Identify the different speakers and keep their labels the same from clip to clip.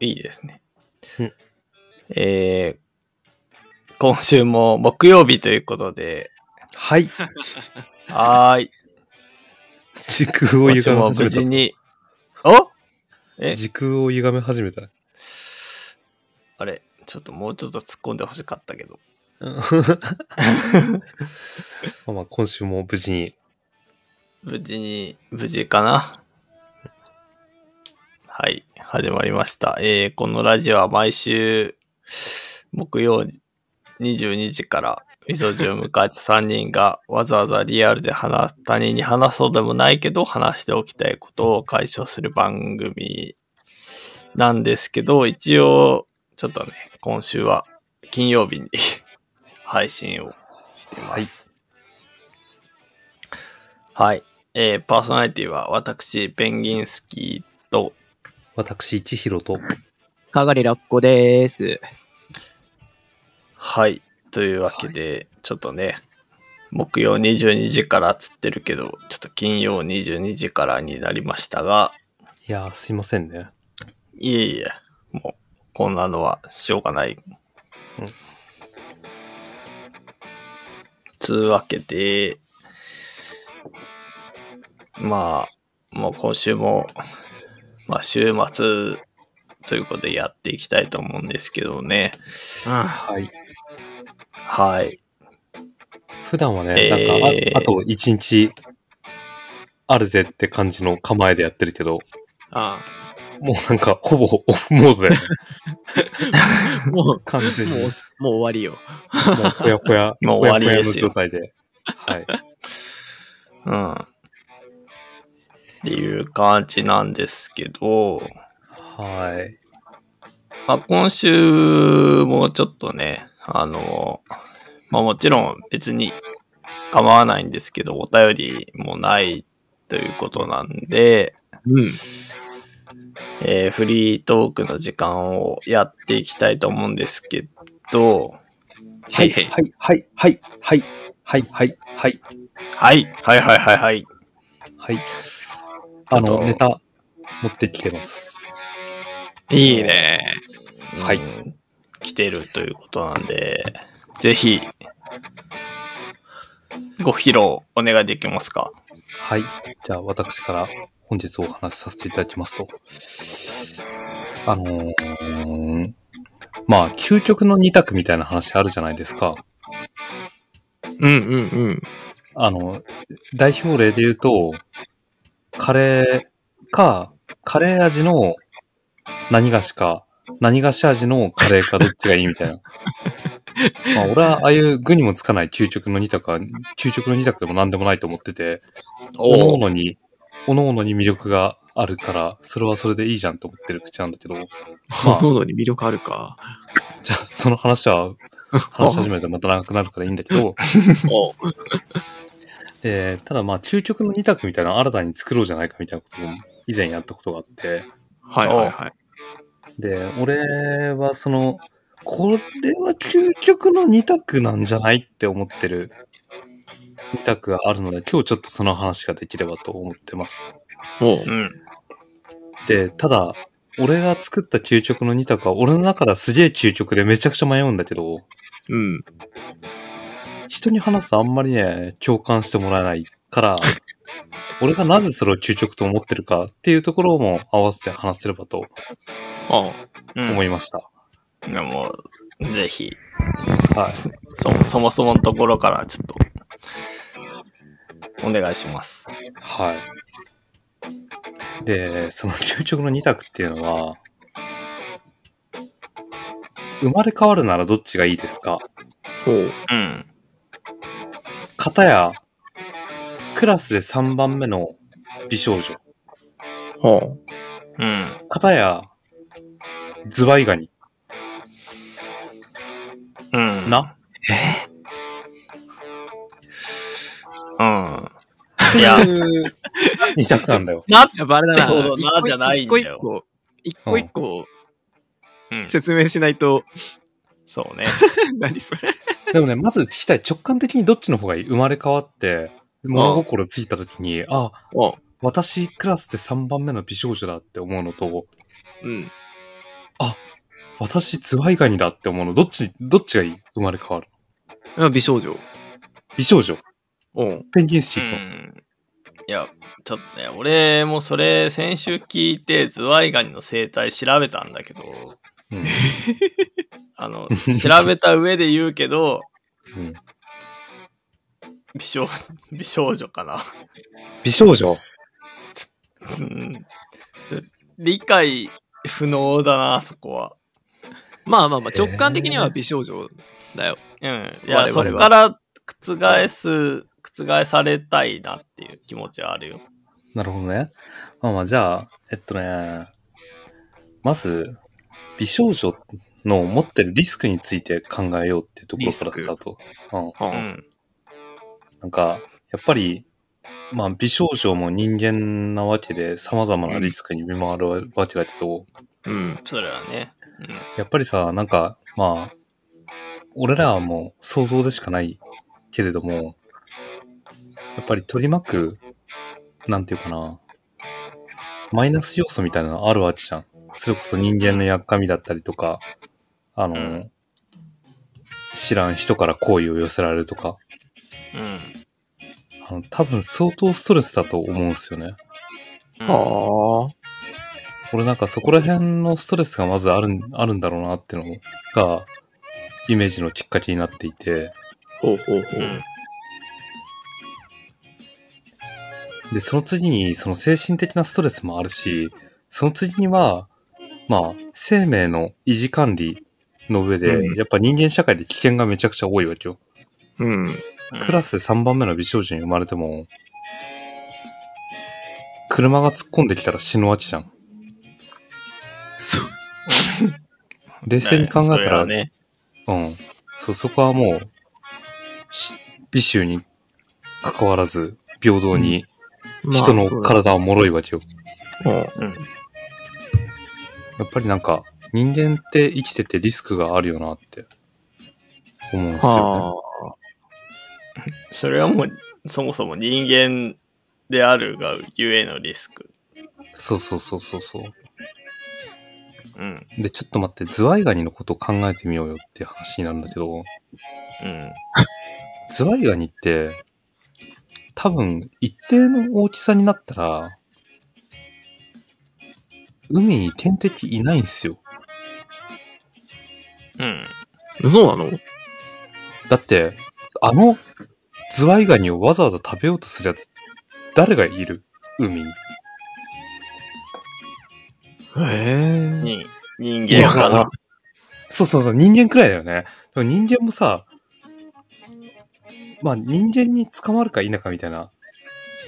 Speaker 1: いいですね。
Speaker 2: うん
Speaker 1: えー今週も木曜日ということで、
Speaker 2: はい。
Speaker 1: は ーい。
Speaker 2: 時空を
Speaker 1: 今週
Speaker 2: 歪め
Speaker 1: も
Speaker 2: 始
Speaker 1: 無
Speaker 2: めた
Speaker 1: 事
Speaker 2: ぞ。
Speaker 1: に、おえ
Speaker 2: 時空を歪め始 めた。
Speaker 1: あれ、ちょっともうちょっと突っ込んでほしかったけど。
Speaker 2: まあまあ、今週も無事に。
Speaker 1: 無事に、無事かなはい、始まりました。えーこのラジオは毎週木曜22時から、イソジウムカーチ3人がわざわざリアルで話す、他人に話そうでもないけど、話しておきたいことを解消する番組なんですけど、一応、ちょっとね、今週は金曜日に 配信をしてます。はい。えーパーソナリティは私、ペンギンスキーと、
Speaker 2: 私、千尋と。
Speaker 3: かがりラッコです。
Speaker 1: はい。というわけで、ちょっとね、木曜22時からっつってるけど、ちょっと金曜22時からになりましたが、
Speaker 2: いやー、すいませんね。
Speaker 1: いえいえ、もう、こんなのはしょうがない。
Speaker 2: うん
Speaker 1: つうわけで、まあ、もう今週も、まあ週末ということでやっていきたいと思うんですけどね。
Speaker 2: はい。
Speaker 1: はい。
Speaker 2: 普段はね、
Speaker 1: えー
Speaker 2: なんかあ、あと一日あるぜって感じの構えでやってるけど、
Speaker 3: あ
Speaker 2: もうなんか、ほぼオフモードだよね。
Speaker 3: あ、もう、 も
Speaker 2: 完全に。
Speaker 3: う
Speaker 2: もう、
Speaker 3: もう終わりよ。
Speaker 2: ほやほや、
Speaker 1: もう終わりで
Speaker 2: ほやほやの
Speaker 1: すよ
Speaker 2: 状態で。はい。
Speaker 1: うん。っていう感じなんですけど、
Speaker 2: はい。
Speaker 1: まあ、今週もちょっとね、あの、まあもちろん別に構わないんですけど、お便りもないということなんで、
Speaker 3: うん。
Speaker 1: えーフリートークの時間をやっていきたいと思うんですけど、
Speaker 3: はいはい
Speaker 2: はい、はい、はい、はい、はい、はい、はい。
Speaker 1: はい、はいはいはいはい。
Speaker 2: はい。
Speaker 1: ょ
Speaker 2: あ
Speaker 1: っと
Speaker 2: の、ネタ、持ってきてます。
Speaker 1: いいね。
Speaker 2: はい
Speaker 1: うん。来てるということなんで、ぜひ、ご披露お願いできますか。
Speaker 2: はい。じゃあ、私から本日お話しさせていただきますと。あのーまあ、究極の二択みたいな話あるじゃないですか。
Speaker 3: うんうんうん。
Speaker 2: あの、代表例で言うと、カレーか、カレー味の何菓子か、何菓子味のカレーかどっちがいいみたいな。まあ、俺はああいう具にもつかない究極の二択は、究極の二択でも何でもないと思ってて、おのお
Speaker 1: お
Speaker 2: のに、おのおのに魅力があるから、それはそれでいいじゃんと思ってる口なんだけど、まあ
Speaker 3: 喉に魅力ある か。
Speaker 2: じゃあその話は、話し始めるとまた長くなるからいいんだけど、
Speaker 1: お
Speaker 2: で、ただまあ、究極の二択みたいなのを新たに作ろうじゃないかみたいなことも以前やったことがあって、
Speaker 3: はいはいはい。
Speaker 2: で、俺はその、これは究極の二択なんじゃないって思ってる二択があるので、今日ちょっとその話ができればと思ってます。
Speaker 3: おう
Speaker 1: うん。
Speaker 2: で、ただ、俺が作った究極の二択は、俺の中ではすげえ究極でめちゃくちゃ迷うんだけど、
Speaker 3: うん。
Speaker 2: 人に話すとあんまりね、共感してもらえないから、俺がなぜそれを究極と思ってるかっていうところも合わせて話せればと
Speaker 3: あ
Speaker 1: うん
Speaker 2: 思いました。
Speaker 1: でもぜひ、
Speaker 2: はい。
Speaker 1: そ、そもそものところからちょっと、お願いします。
Speaker 2: はい。で、その究極の二択っていうのは、生まれ変わるならどっちがいいですか
Speaker 3: おう
Speaker 1: うん。
Speaker 2: 片や、クラスで3番目の美少女。
Speaker 3: ほ
Speaker 1: うん。
Speaker 2: 片や、ズワイガニ。
Speaker 1: うん。
Speaker 2: な
Speaker 1: うん。い や、
Speaker 2: 二択なんだよ。
Speaker 3: う。なっバレ
Speaker 1: なるほどなじゃないんだよ
Speaker 3: 一個一個、一個一個
Speaker 1: うん
Speaker 3: 説明しないと、
Speaker 1: そうね。
Speaker 3: 何それ。
Speaker 2: でもね、まず聞きたい。直感的にどっちの方がいい生まれ変わって、物心ついた時に、あ、
Speaker 3: おう
Speaker 2: 私クラスで3番目の美少女だって思うのと、
Speaker 3: うん。
Speaker 2: 私、ズワイガニだって思うの。どっち、どっちがいい生まれ変わる。
Speaker 3: あ美少女。
Speaker 2: 美少女。
Speaker 3: うん。
Speaker 2: ペンギンス
Speaker 1: う
Speaker 2: チークの。
Speaker 1: ん。いや、ちょっとね、俺もそれ先週聞いて、ズワイガニの生態調べたんだけど、
Speaker 2: うん。
Speaker 1: あ の、調べた上で言うけど、
Speaker 2: うん、
Speaker 1: 美少、美少女かな。
Speaker 2: 美少女
Speaker 1: うん。ちょ理解不能だな、そこは。
Speaker 3: まあまあまあ、直感的には美少女だよ。
Speaker 1: うん。い
Speaker 3: 我々
Speaker 1: や、
Speaker 3: は
Speaker 1: そこから覆す、覆されたいなっていう気持ちはあるよ。
Speaker 2: なるほどね。まあまあ、じゃあ、えっとね、まず、美少女の持ってるリスクについて考えようっていうところから
Speaker 3: リスク
Speaker 2: スタート。うん。
Speaker 3: う。
Speaker 1: うんん。
Speaker 2: なんか、やっぱり、まあ、美少女も人間なわけで様々なリスクに見舞われるわけだけど、
Speaker 3: うん。
Speaker 1: それはね。
Speaker 2: やっぱりさ、なんか、まあ、俺らはもう想像でしかないけれども、やっぱり取り巻く、なんていうかな、マイナス要素みたいなのあるわけじゃん。それこそ人間のやっかみだったりとか、あの、
Speaker 1: うん
Speaker 2: 知らん人から好意を寄せられるとか、
Speaker 1: うん。うん。
Speaker 2: あの多分相当ストレスだと思うんですよね。
Speaker 1: あ。
Speaker 3: あ。
Speaker 2: 俺なんかそこら辺のストレスがまずあるん、あるんだろうなっていうのが、イメージのきっかけになっていて、
Speaker 3: ほうほう
Speaker 1: う
Speaker 3: ほう。
Speaker 1: ん。
Speaker 2: で、その次に、その精神的なストレスもあるし、その次には、まあ、生命の維持管理の上で、
Speaker 3: うん
Speaker 2: やっぱ人間社会で危険がめちゃくちゃ多いわけよ。
Speaker 3: うん。
Speaker 2: クラスで3番目の美少女に生まれても、車が突っ込んできたら死ぬわけじゃん。
Speaker 3: そう。
Speaker 2: 冷静に考え
Speaker 1: そ
Speaker 2: た
Speaker 1: れは
Speaker 2: ら、
Speaker 1: ね。
Speaker 2: うん。そう、そこはもう、し美臭に関わらず、平等に人の体は脆いわけよ。
Speaker 3: も
Speaker 1: うん。
Speaker 2: やっぱりなんか、人間って生きててリスクがあるよなって思うんですよ
Speaker 3: あ
Speaker 2: ね。
Speaker 1: それはもう、そもそも人間であるがゆえのリスク。
Speaker 2: そうそうそうそうそう。
Speaker 1: うん。
Speaker 2: で、ちょっと待って、ズワイガニのことを考えてみようよっていう話になるんだけど、
Speaker 1: うん。
Speaker 2: ズワイガニって、多分、一定の大きさになったら、海に天敵いないんですよ。
Speaker 1: うん。
Speaker 3: あ。そうなの
Speaker 2: だって、あの、ズワイガニをわざわざ食べようとするやつ、誰がいる海に。
Speaker 3: へえ。
Speaker 1: に、人間かな。
Speaker 2: そうそうそう、人間くらいだよね。でも人間もさ、まあ人間に捕まるか否かみたいな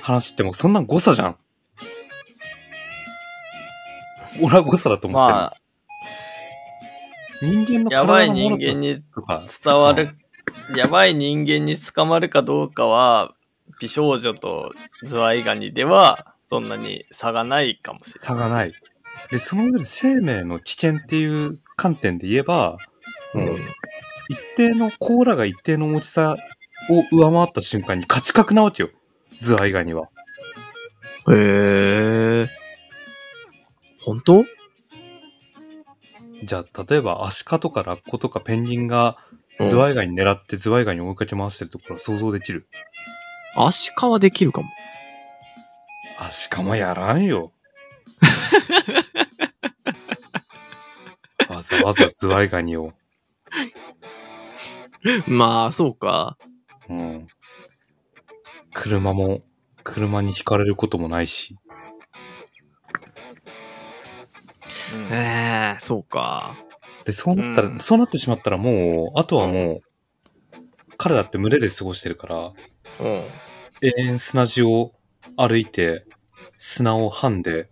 Speaker 2: 話ってもうそんなん誤差じゃん。俺は誤差だと思ってる。
Speaker 1: まあ、
Speaker 2: 人間の
Speaker 1: やば
Speaker 2: 体
Speaker 1: い
Speaker 2: の
Speaker 1: 人
Speaker 2: ものさ
Speaker 1: 間に
Speaker 2: とか。
Speaker 1: 伝わる、やばい人間に捕まるかどうかは、美少女とズワイガニでは、そんなに差がないかもしれない。
Speaker 2: 差がない。で、その上で生命の危険っていう観点で言えば、もう一定の、甲羅が一定の大きさを上回った瞬間に価値格なわけよ。ズワイガニは。
Speaker 3: へえ。本当
Speaker 2: じゃあ、例えばアシカとかラッコとかペンギンがズワイガニ狙ってズワイガニを追いかけ回してるところは想像できる。
Speaker 3: アシカはできるかも。
Speaker 2: アシカもやらんよ。わざわざズワイガニを。
Speaker 3: まあ、そうか。
Speaker 2: うん。車も、車にひかれることもないし。
Speaker 1: うん
Speaker 3: ええ、そうか。
Speaker 2: で、そうなったら、
Speaker 1: うん
Speaker 2: そうなってしまったらもう、あとはもう、彼らって群れで過ごしてるから、
Speaker 1: うん。
Speaker 2: 永遠砂地を歩いて、砂をはんで、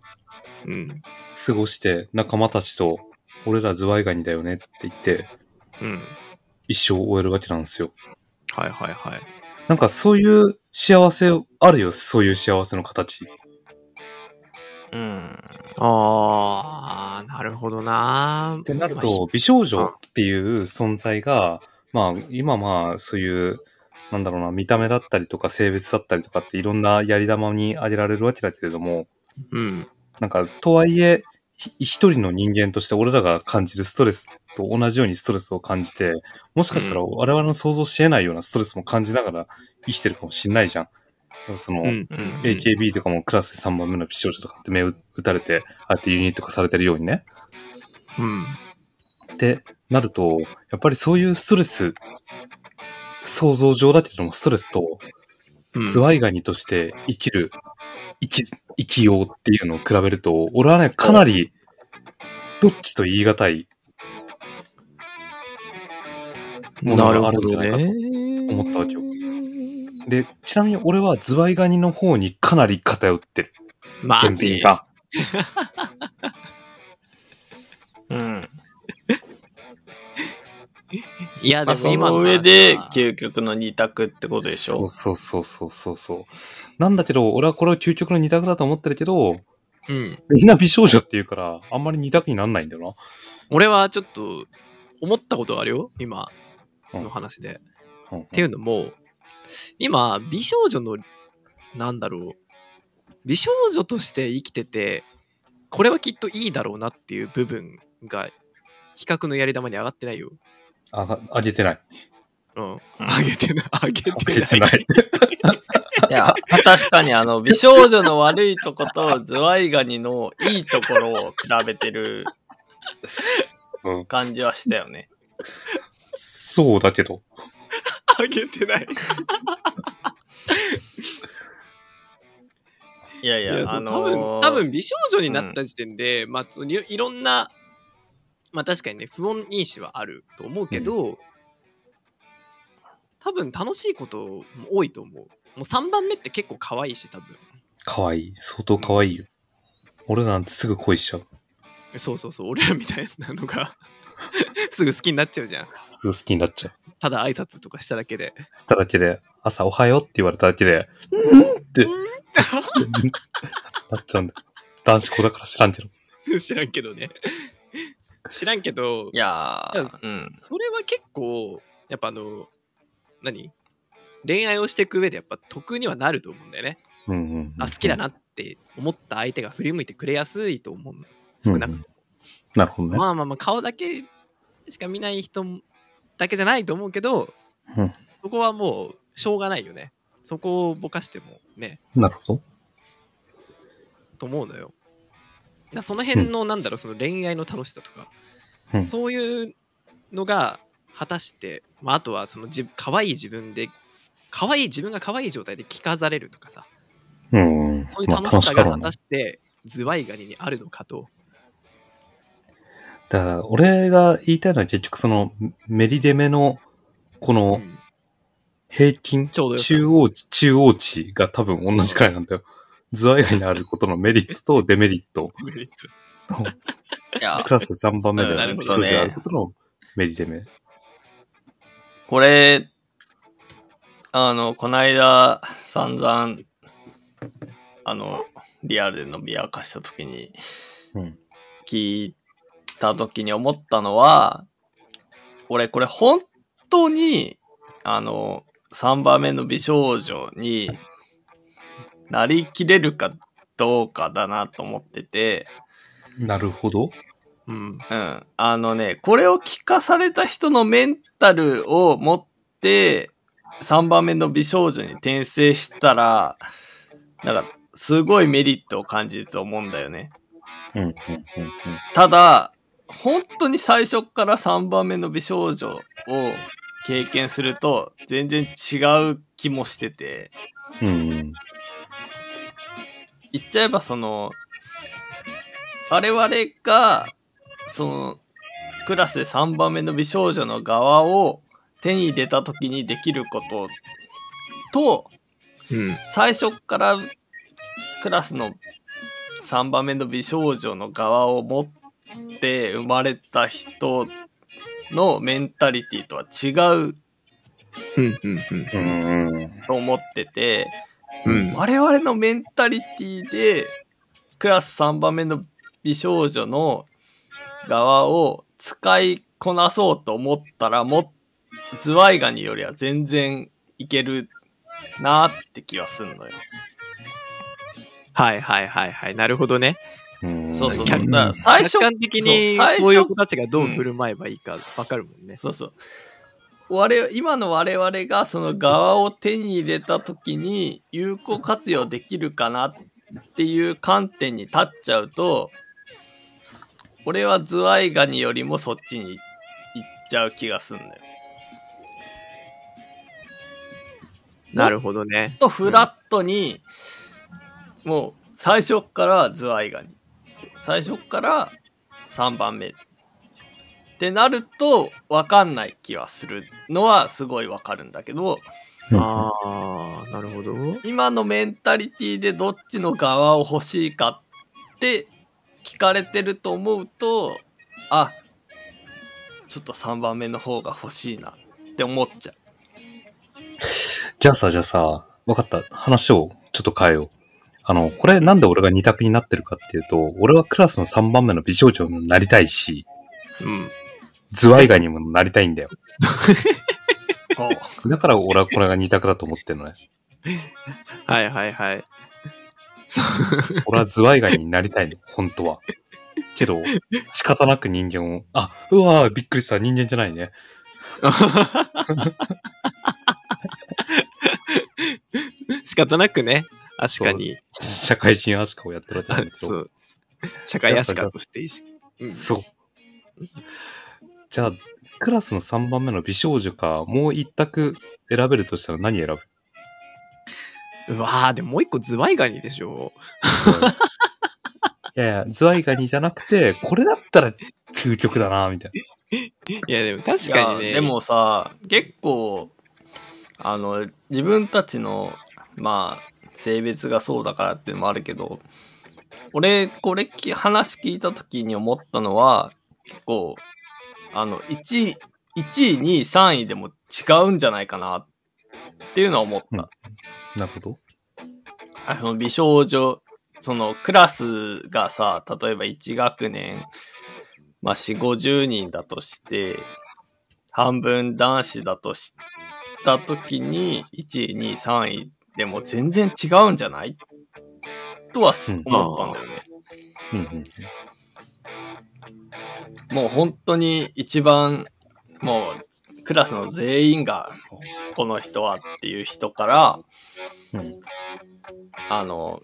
Speaker 3: うん。
Speaker 2: 過ごして仲間たちと、俺らズワイガニだよねって言って、
Speaker 3: うん。
Speaker 2: 一生を終えるわけなんですよ。
Speaker 3: はいはいはい。
Speaker 2: なんかそういう幸せあるよ、そういう幸せの形。
Speaker 1: うん。
Speaker 3: ああ、なるほどな。っ
Speaker 2: ってなると、美少女っていう存在が、まあ、今まあ、そういう、なんだろうな、見た目だったりとか性別だったりとかっていろんなやり玉に挙げられるわけだけれども、
Speaker 3: うん。
Speaker 2: なんか、とはいえ、ひ一人の人間として俺らが感じるストレスと同じようにストレスを感じて、もしかしたら我々の想像し得ないようなストレスも感じながら生きてるかもしんないじゃん。その、
Speaker 3: うん。
Speaker 1: うん。
Speaker 2: AKB とかもクラスで3番目の美少女とかって目を打たれて、ああやってユニット化されてるようにね。
Speaker 3: うん。
Speaker 2: ってなると、やっぱりそういうストレス、想像上だけれどもストレスと、
Speaker 3: うん
Speaker 2: ズワイガニとして生きる、生き、生きようっていうのを比べると、俺はね、かなり、どっちと言い難いも
Speaker 3: なる
Speaker 2: のがある
Speaker 3: ほ
Speaker 2: んじゃ
Speaker 3: ど
Speaker 2: ないか
Speaker 3: ね
Speaker 2: と。。思ったわけよで、ちなみに俺はズワイガニの方にかなり偏ってる。
Speaker 3: マ
Speaker 2: 天
Speaker 3: ジ
Speaker 2: 秤が。
Speaker 1: うん。
Speaker 3: いや、
Speaker 1: ま
Speaker 3: で
Speaker 1: あ、
Speaker 3: も
Speaker 1: そ
Speaker 3: 今
Speaker 1: の
Speaker 3: は
Speaker 1: 上で
Speaker 3: さ、
Speaker 1: 究極の二択ってことでしょ
Speaker 2: そうそうそうそうそうそう。なんだけど、俺はこれを究極の二択だと思ってるけど、
Speaker 3: うん。
Speaker 2: みんな美少女って言うから、あんまり二択になんないんだよ
Speaker 3: 俺はちょっと、思ったことがあるよ、今の話で。
Speaker 2: な。っ
Speaker 3: っていううのも、今、美少女の、なんだろう、美少女として生きてて、これはきっといいだろうなっていう部分が、比較のやり玉に上がってないよ。
Speaker 2: あが、あげてない。
Speaker 3: うん。上げてない。上げて
Speaker 2: あげて
Speaker 3: な。
Speaker 2: ないい。
Speaker 1: いや、確かにあの、美少女の悪いとこと、ズワイガニのいいところを比べてる
Speaker 2: うん
Speaker 1: 感じはしたよね。
Speaker 2: そうだけど。
Speaker 3: 上げてない。
Speaker 1: いやい
Speaker 3: い
Speaker 1: や、
Speaker 3: や、そ
Speaker 1: あ
Speaker 3: う
Speaker 1: の
Speaker 3: 多分、
Speaker 1: ー
Speaker 3: 多分美少女になった時点で、まあ、そのいいろんな、まあ確かにね、不穏因子はあると思うけど、多分楽しいことも多いと思う。もう3番目って結構可愛いし、多分。
Speaker 2: 可愛い相当可愛いよ。俺らなんてすぐ恋しちゃう。
Speaker 3: そうそうそう、俺らみたいなのが、 すぐ好きになっちゃうじゃん。
Speaker 2: すぐ好きになっちゃう。
Speaker 3: ただ挨拶とかしただけで。
Speaker 2: しただけで、朝おはようって言われただけで、でなっちゃうんだよ。男子校だから知らんけど。
Speaker 3: 知らんけどね。知らんけど
Speaker 1: い、や
Speaker 3: いや
Speaker 1: ー、うん。
Speaker 3: それは結構、やっぱあの、何恋愛をしていく上でやっぱ得にはなると思うんだよね。
Speaker 2: うんうんうん、
Speaker 3: あ、好きだ。なって思った相手が振り向いてくれやすいと思うの。
Speaker 2: うん
Speaker 3: 少なくとも。
Speaker 2: なるほどね。
Speaker 3: まあまあまあ、顔だけしか見ない人だけじゃないと思うけど、
Speaker 2: うん
Speaker 3: そこはもう、しょうがないよね。そこをぼかしてもね、
Speaker 2: なるほど。
Speaker 3: と思うのよ。なその辺の、なんだろう、その恋愛の楽しさとか、
Speaker 2: うん
Speaker 3: そういうのが果たして、まあ、あとはその自可愛い自分で、可愛い自分が可愛い状態で着飾れるとかさ、
Speaker 2: うんうん。
Speaker 3: そういう
Speaker 2: まあ
Speaker 3: 楽しさ
Speaker 2: かろう
Speaker 3: が果
Speaker 2: な
Speaker 3: たして、ズワイガニにあるのかと。
Speaker 2: だから、俺が言いたいのは結局その、メリデメの、こ
Speaker 3: う
Speaker 2: の
Speaker 3: ん
Speaker 2: 平均、
Speaker 3: ちょうどよさ
Speaker 2: 中央値、中央値が多分同じくらいなんだよ。ズワイガニにあることのメリットとデメリット。
Speaker 3: メリット
Speaker 1: いや
Speaker 2: ク、ラス3番目で
Speaker 1: うん
Speaker 3: なるほ
Speaker 2: 美
Speaker 3: ど
Speaker 2: 少
Speaker 1: ね
Speaker 2: 女であることのメリデメ。
Speaker 1: これ、あの、こないだ散々、あの、リアルで飲み明かした時に、
Speaker 2: うん。
Speaker 1: 聞いた時に思ったのは、俺これ本当に、あの、3番目の美少女になりきれるかどうかだなと思ってて、
Speaker 2: なるほど。
Speaker 3: うん。
Speaker 1: うん。あのね、これを聞かされた人のメンタルを持って、3番目の美少女に転生したら、なんか、すごいメリットを感じると思うんだよね。
Speaker 2: うん、うん、うん、うん。
Speaker 1: ただ、本当に最初から3番目の美少女を経験すると、全然違う気もしてて、
Speaker 2: うん。
Speaker 1: 言っちゃえばその、我々が、その、クラスで3番目の美少女の側を手に入れた時にできることと、
Speaker 3: うん。
Speaker 1: 最初からクラスの3番目の美少女の側を持って生まれた人のメンタリティとは違う
Speaker 3: うん。うん。
Speaker 2: うん。
Speaker 1: と思ってて、
Speaker 3: うん。
Speaker 1: 我々のメンタリティでクラス3番目の美少女の側を使いこなそうと思ったらもっズワイガニよりは全然いけるなーって気はすんのよ。
Speaker 3: はいはいはいはい。なるほどね。
Speaker 2: うん
Speaker 1: そうそう
Speaker 3: そ
Speaker 1: だから最初
Speaker 3: 客観的に
Speaker 1: そう最初
Speaker 3: そういう子たちがどう振る舞えばいいか分かるもんね。
Speaker 1: そうそう。我、今の我々がその側を手に入れた時に有効活用できるかなっていう観点に立っちゃうと、俺はズワイガニよりもそっちに行っちゃう気がすんだよ。
Speaker 3: なるほどね。
Speaker 1: とフラットに、もう最初っからズワイガニ。最初っから3番目。ってなると分かんない気はするのはすごい分かるんだけど、
Speaker 3: ああ、なるほど。
Speaker 1: 今のメンタリティでどっちの側を欲しいかって聞かれてると思うとあちょっと3番目の方が欲しいなって思っちゃ
Speaker 2: じゃあさ、じゃあさ、わかった。話をちょっと変えよう。あの、これなんで俺が二択になってるかっていうと、俺はクラスの3番目の美少女にもなりたいし、
Speaker 1: う。うん。
Speaker 2: ズワイガニにもなりたいんだよ。
Speaker 1: ほう
Speaker 2: だから俺はこれが二択だと思ってるのね。
Speaker 3: はいはいはい。
Speaker 2: 俺はズワイガニになりたいの、本当は。けど、仕方なく人間を、あ、うわーびっくりした、人間じゃないね。
Speaker 3: 仕方なくね、アシカに、
Speaker 2: 社会人アシカをやってるわけなんだけ
Speaker 3: そ
Speaker 2: ど。
Speaker 3: う、社会アシカとして意識。うん
Speaker 2: そう。じゃあ、クラスの3番目の美少女か、もう一択選べるとしたら何選 ぶ
Speaker 3: うわー、でももう一個ズワイガニでしょ。
Speaker 2: いやいや、ズワイガニじゃなくて、これだったら究極だな、みたい
Speaker 3: いや、でも確かに
Speaker 1: い
Speaker 3: ね。
Speaker 1: やで、もさ結構あの自分たちのまあ性別がそうだからっていうのもあるけど俺これき話聞いた時に思ったのは結構あの1位1位2位3位でも違うんじゃないかなっていうのは思った、
Speaker 2: うんな。なるほど。
Speaker 1: あの美少女そのクラスがさ例えば1学年まあ4 5 0人だとして半分男子だとした時に1位2位3位でも全然違うんじゃないとはす
Speaker 2: うん
Speaker 1: 思ったんだよね。
Speaker 2: うんうん。
Speaker 1: もう本当に一番、もうクラスの全員が、この人はっていう人から、
Speaker 2: うん
Speaker 1: あの、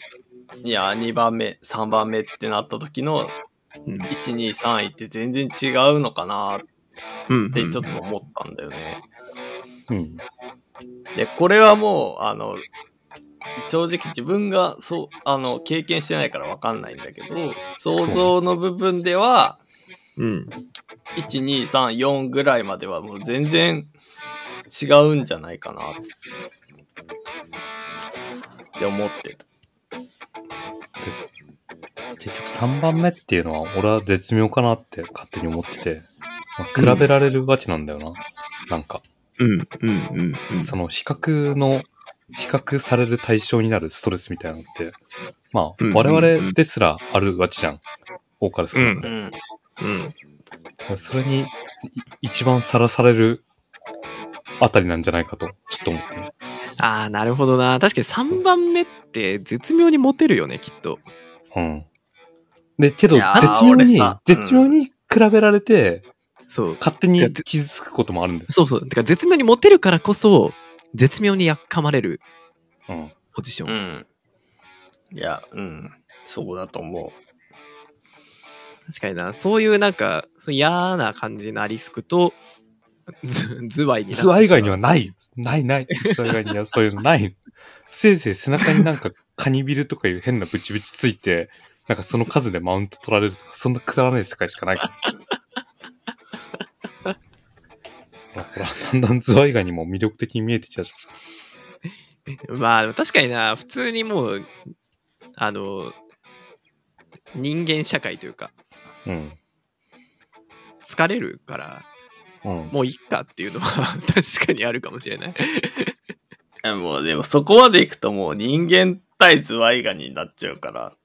Speaker 1: いや、2番目、3番目ってなった時の、
Speaker 3: うん
Speaker 1: 1、2、3位って全然違うのかなっ
Speaker 3: うん、
Speaker 1: てちょっと思ったんだよね。
Speaker 2: うん。
Speaker 1: で、これはもう、あの、正直自分が、そう、あの、経験してないからわかんないんだけど、想像の部分では、
Speaker 3: うん。
Speaker 1: 1234ぐらいまではもう全然違うんじゃないかなって思ってた。
Speaker 2: 結局3番目っていうのは、俺は絶妙かなって勝手に思ってて、まあ比べられるわけなんだよな。なんか、
Speaker 3: うん。うん。うん。うん。
Speaker 2: その比較の、比較される対象になるストレスみたいなのって、まあ
Speaker 3: うん、
Speaker 2: 我々ですらあるわけじゃん。多かれ少なかれ
Speaker 1: ん。
Speaker 3: うん。
Speaker 2: それにい一番さらされるあたりなんじゃないかと、ちょっと思ってる。
Speaker 3: ああ、なるほどな。確かに3番目って絶妙にモテるよね、きっと。
Speaker 2: うん。で、けど、
Speaker 1: いやー
Speaker 2: 絶妙
Speaker 1: 俺
Speaker 2: に
Speaker 1: さ、
Speaker 2: 絶妙に比べられて、
Speaker 3: そう。
Speaker 2: 勝手に傷つくこともあるんです。
Speaker 3: そうそう。てか、絶妙にモテるからこそ、絶妙にやっかまれる
Speaker 2: うん。
Speaker 3: ポジショ
Speaker 1: う
Speaker 3: ン。
Speaker 1: ん。いや、うん。そうだと思
Speaker 3: 確かにな。そういうなんか、そう嫌な感じのリスクと、ズズワイになってし
Speaker 2: ツ
Speaker 3: まう
Speaker 2: アー以外にはない。ないない。ツアー以外にはそういうのない。せいぜい背中になんかカニビルとかいう変なブチブチついて、なんかその数でマウント取られるとか、そんなくだらない世界しかないから。ほら、ほら、だんだんズワイガニも魅力的に見えてきたじ
Speaker 3: まあ、確かにな。普通にもう、あの、人間社会というか、
Speaker 2: ゃん。うん。
Speaker 3: 疲れるから、
Speaker 2: うん。
Speaker 3: もういっかっていうのは 確かにあるかもしれない。
Speaker 1: う。いやもうでもそこまでいくともう人間対ズワイガニになっちゃうから。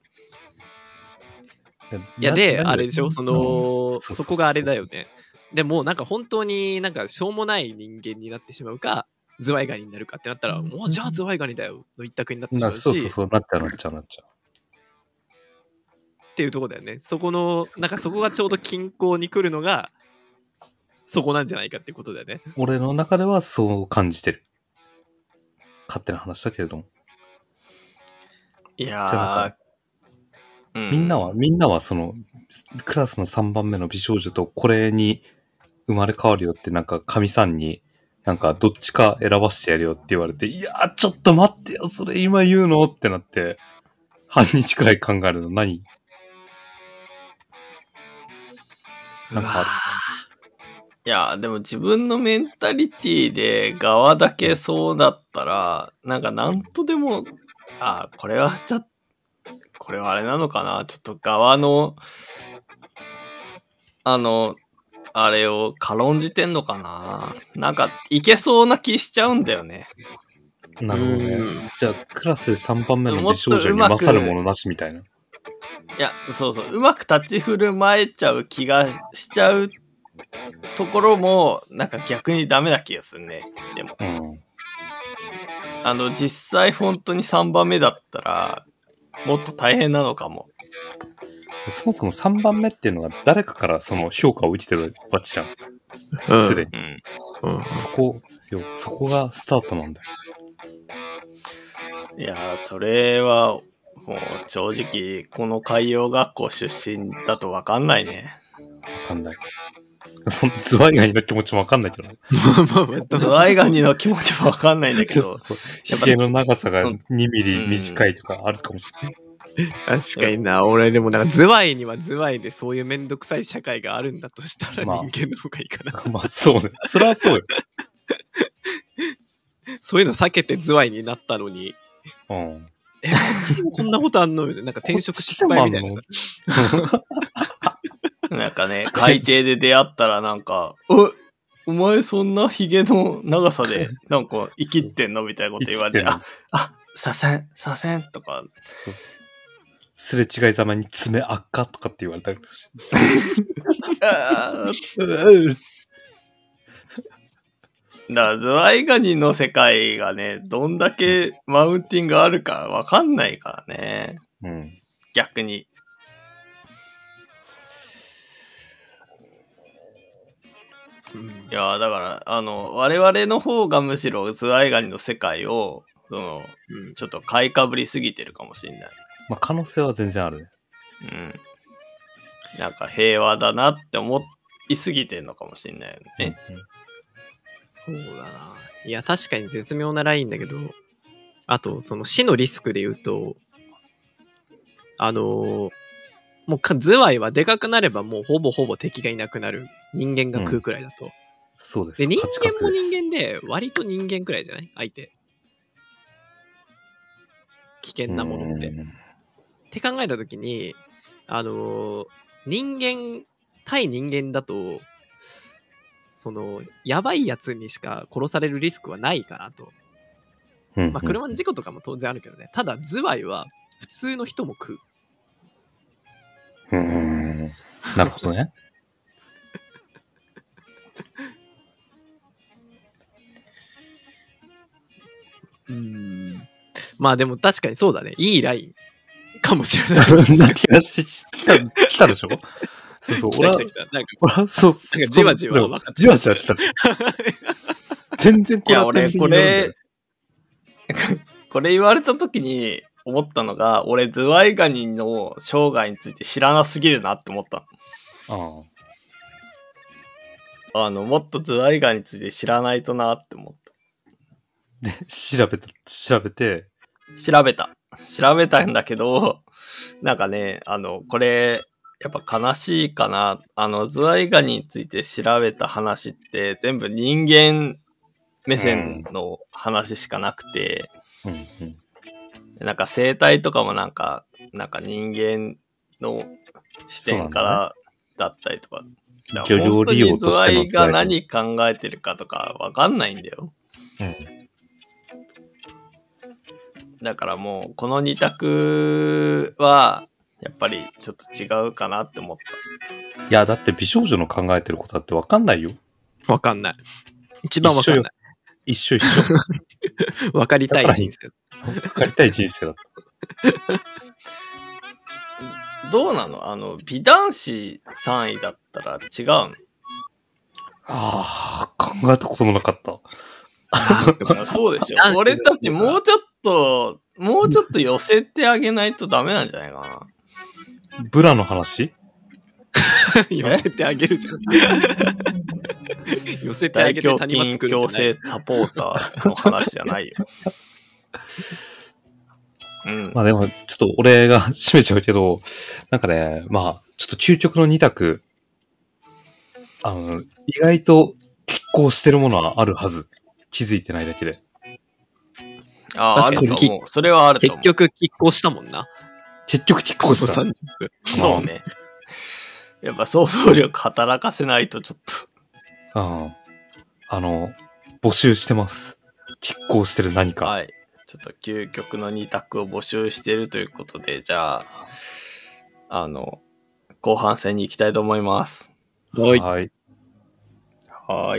Speaker 3: いや、で、あれでしょ、そ
Speaker 2: うん
Speaker 3: の、
Speaker 2: うう
Speaker 3: そこがあれだよね。でも、なんか本当になんかしょうもない人間になってしまうか、ズワイガニになるかってなったら、もうじゃあズワイガニだよの一択になってしま
Speaker 2: な
Speaker 3: うし、
Speaker 2: そうそうそう、なっちゃうなっちゃうなっちゃ
Speaker 3: っていうとこだよね。そこの、なんかそこがちょうど均衡に来るのが、そこなんじゃないかっていうことだよね。
Speaker 2: 俺の中ではそう感じてる。勝手な話だけれども。
Speaker 1: い
Speaker 2: じゃあなん
Speaker 1: やー、う
Speaker 2: みんなは、みんなはその、クラスの3番目の美少女とこれに生まれ変わるよってなんか神さんに、なんかどっちか選ばしてやるよって言われて、いやーちょっと待ってよ、それ今言うのってなって、半日くらい考えるの何なんかある
Speaker 1: いや、でも自分のメンタリティで側だけそうだったら、なんかなんとでも、あ、これはちょっこれはあれなのかなちょっと側の、あの、あれを軽んじてんのかななんか、いけそうな気しちゃうんだよね。
Speaker 2: なるほど
Speaker 3: うん
Speaker 2: ね。じゃあ、クラスで3番目の美少女に勝るものなしみたいな。
Speaker 1: いや、そうそう。うまく立ち振る舞えちゃう気がしちゃうところも、なんか逆にダメな気がするね。でも。
Speaker 2: うん。
Speaker 1: あの、実際本当に3番目だったら、もっと大変なのかも。
Speaker 2: そもそも3番目っていうのが誰かからその評価を受けてるわけじゃん。
Speaker 3: うん
Speaker 2: すでに。
Speaker 1: うん。
Speaker 3: うん
Speaker 2: そこよ、そこがスタートなんだよ。
Speaker 1: いやー、それは、もう正直、この海洋学校出身だとわかんないね。
Speaker 2: わかんない。そのズワイガニの気持ちもわかんないけどね。
Speaker 3: まあまあまあ
Speaker 1: ズワイガニの気持ちもわかんないんだけ
Speaker 2: そう
Speaker 1: ど、
Speaker 2: そう。
Speaker 1: や
Speaker 2: ひ
Speaker 1: っぱ
Speaker 2: げの長さが
Speaker 1: そ
Speaker 2: 2ミリ短いとかあるかもしれない。
Speaker 3: 確かにな、俺でもなんかズワイにはズワイでそういうめんどくさい社会があるんだとしたら人
Speaker 2: まあ
Speaker 3: 間の方がいいかな。
Speaker 2: まあそうね。それはそうよ。
Speaker 3: そういうの避けてズワイになったのに、
Speaker 2: うん。
Speaker 3: え、こっちにもこんなことあんのよね。なんか転職失敗みたいな。
Speaker 1: なんかね、海底で出会ったらなんか、 おお前そんなヒゲの長さで、 なんか生きってんのみたいなこと言われて、
Speaker 2: 生きて
Speaker 1: あ、
Speaker 2: ん
Speaker 1: あ、左遷、左遷とか、
Speaker 2: すれ違いざまに爪悪化とかって言われたりとかして
Speaker 1: あーだからズワイガニの世界がね、どんだけマウンティングあるかわかんないからね。
Speaker 2: うん。
Speaker 1: 逆に。
Speaker 3: うん
Speaker 1: いやー、だから、あの、我々の方がむしろズワイガニの世界を、その、
Speaker 3: うん
Speaker 1: ちょっと買いかぶりすぎてるかもしれない。
Speaker 2: まあ可能性は全然あるね。
Speaker 1: うん。なんか平和だなって思いすぎてるのかもしれないよね。
Speaker 2: うん
Speaker 3: そうだな。いや、確かに絶妙なラインだけど、あと、その死のリスクで言うと、あのーもうか、ズワイはでかくなればもうほぼほぼ敵がいなくなる。人間が食うくらいだと。
Speaker 2: そうです。
Speaker 3: で、人
Speaker 2: 価値
Speaker 3: 間
Speaker 2: 観
Speaker 3: も
Speaker 2: です
Speaker 3: 人間で、割と人間くらいじゃない相手。危険なものって。
Speaker 2: うん
Speaker 3: って考えた時にあのー人間対人間だとそのやばいやつにしか殺されるリスクはないかなと、
Speaker 2: うん
Speaker 3: まあ、車の事故とかも当然あるけどねただズワイは普通の人も食
Speaker 2: う
Speaker 3: う
Speaker 2: ん。なるほどね。
Speaker 3: まあでも確かにそうだねいいラインかもしれ ない
Speaker 2: な気がしてきた、来たでしょそうそう。
Speaker 3: 来
Speaker 2: 俺
Speaker 3: た
Speaker 2: は
Speaker 3: 来た来た なんか
Speaker 2: 俺は そう、
Speaker 3: なんかじわじわ分かってきた
Speaker 2: じわじわ来たでしょ。全然
Speaker 1: いや、俺、
Speaker 2: は
Speaker 1: こ
Speaker 2: 天秤に乗るんだよ
Speaker 1: れ、これ言われた時に思ったのが、俺、ズワイガニの生涯について知らなすぎるなって思った
Speaker 2: あ
Speaker 1: の。あの、もっとズワイガニについて知らないとなって思っ
Speaker 2: あ調べた、調べて、
Speaker 1: た。調べた。調べたんだけど、なんかね、あの、これ、やっぱ悲しいかな。あの、ズワイガニについて調べた話って、全部人間目線の話しかなくて、
Speaker 2: うんうん。
Speaker 1: なんか生態とかもなんか、なんか人間の視点からだったりとか。だから
Speaker 2: 漁業利用として
Speaker 1: 本
Speaker 2: の
Speaker 1: 当にズワイが何考えてるかとかわかんないんだよ。
Speaker 2: うん
Speaker 1: だからもう、この二択は、やっぱりちょっと違うかなって思っ
Speaker 2: いや、だって美少女の考えてることだってわかんないよ。
Speaker 3: 分かんない一番分かんない
Speaker 2: 一緒一 緒。わ
Speaker 3: 分かりたい人生
Speaker 2: かりたい人生だった。
Speaker 1: た。どうなのあの、美男子3位だったら違うん
Speaker 2: ああ、考えたこともなかった。
Speaker 1: そうでしょ
Speaker 3: 男。子
Speaker 1: 俺たちもうちょっと、もうちょっと寄せてあげないとダメなんじゃないか
Speaker 2: ブラの話
Speaker 3: 寄せてあげるじゃん。 寄せ
Speaker 1: な。
Speaker 3: てあ
Speaker 1: 大
Speaker 3: げて
Speaker 1: 胸
Speaker 3: 谷間
Speaker 1: 筋
Speaker 3: 作るじ
Speaker 1: 強
Speaker 3: ゃない。
Speaker 1: 制サポーターの話じゃないよ。 うん。
Speaker 2: まあでも、ちょっと俺が 締めちゃうけど、なんかね、まあ、ちょっと究極の二択。あの、意外と拮抗してるものはあるはず。気づいてないだけで。
Speaker 1: ああ、あ
Speaker 3: 確
Speaker 1: る
Speaker 3: か
Speaker 1: と
Speaker 3: に
Speaker 1: 思う。それはあると思
Speaker 3: 結
Speaker 1: う。
Speaker 3: 局、拮抗したもんな。
Speaker 2: 結局拮抗 した。
Speaker 3: 30分
Speaker 1: そうね。やっぱ想像力働かせないとちょっと。
Speaker 2: うん。あの、募集してます。拮抗してる何か。
Speaker 1: はい。ちょっと究極の二択を募集しているということで、じゃあ、あの、後半戦に行きたいと思います。
Speaker 3: はい
Speaker 2: はい。
Speaker 1: はーい。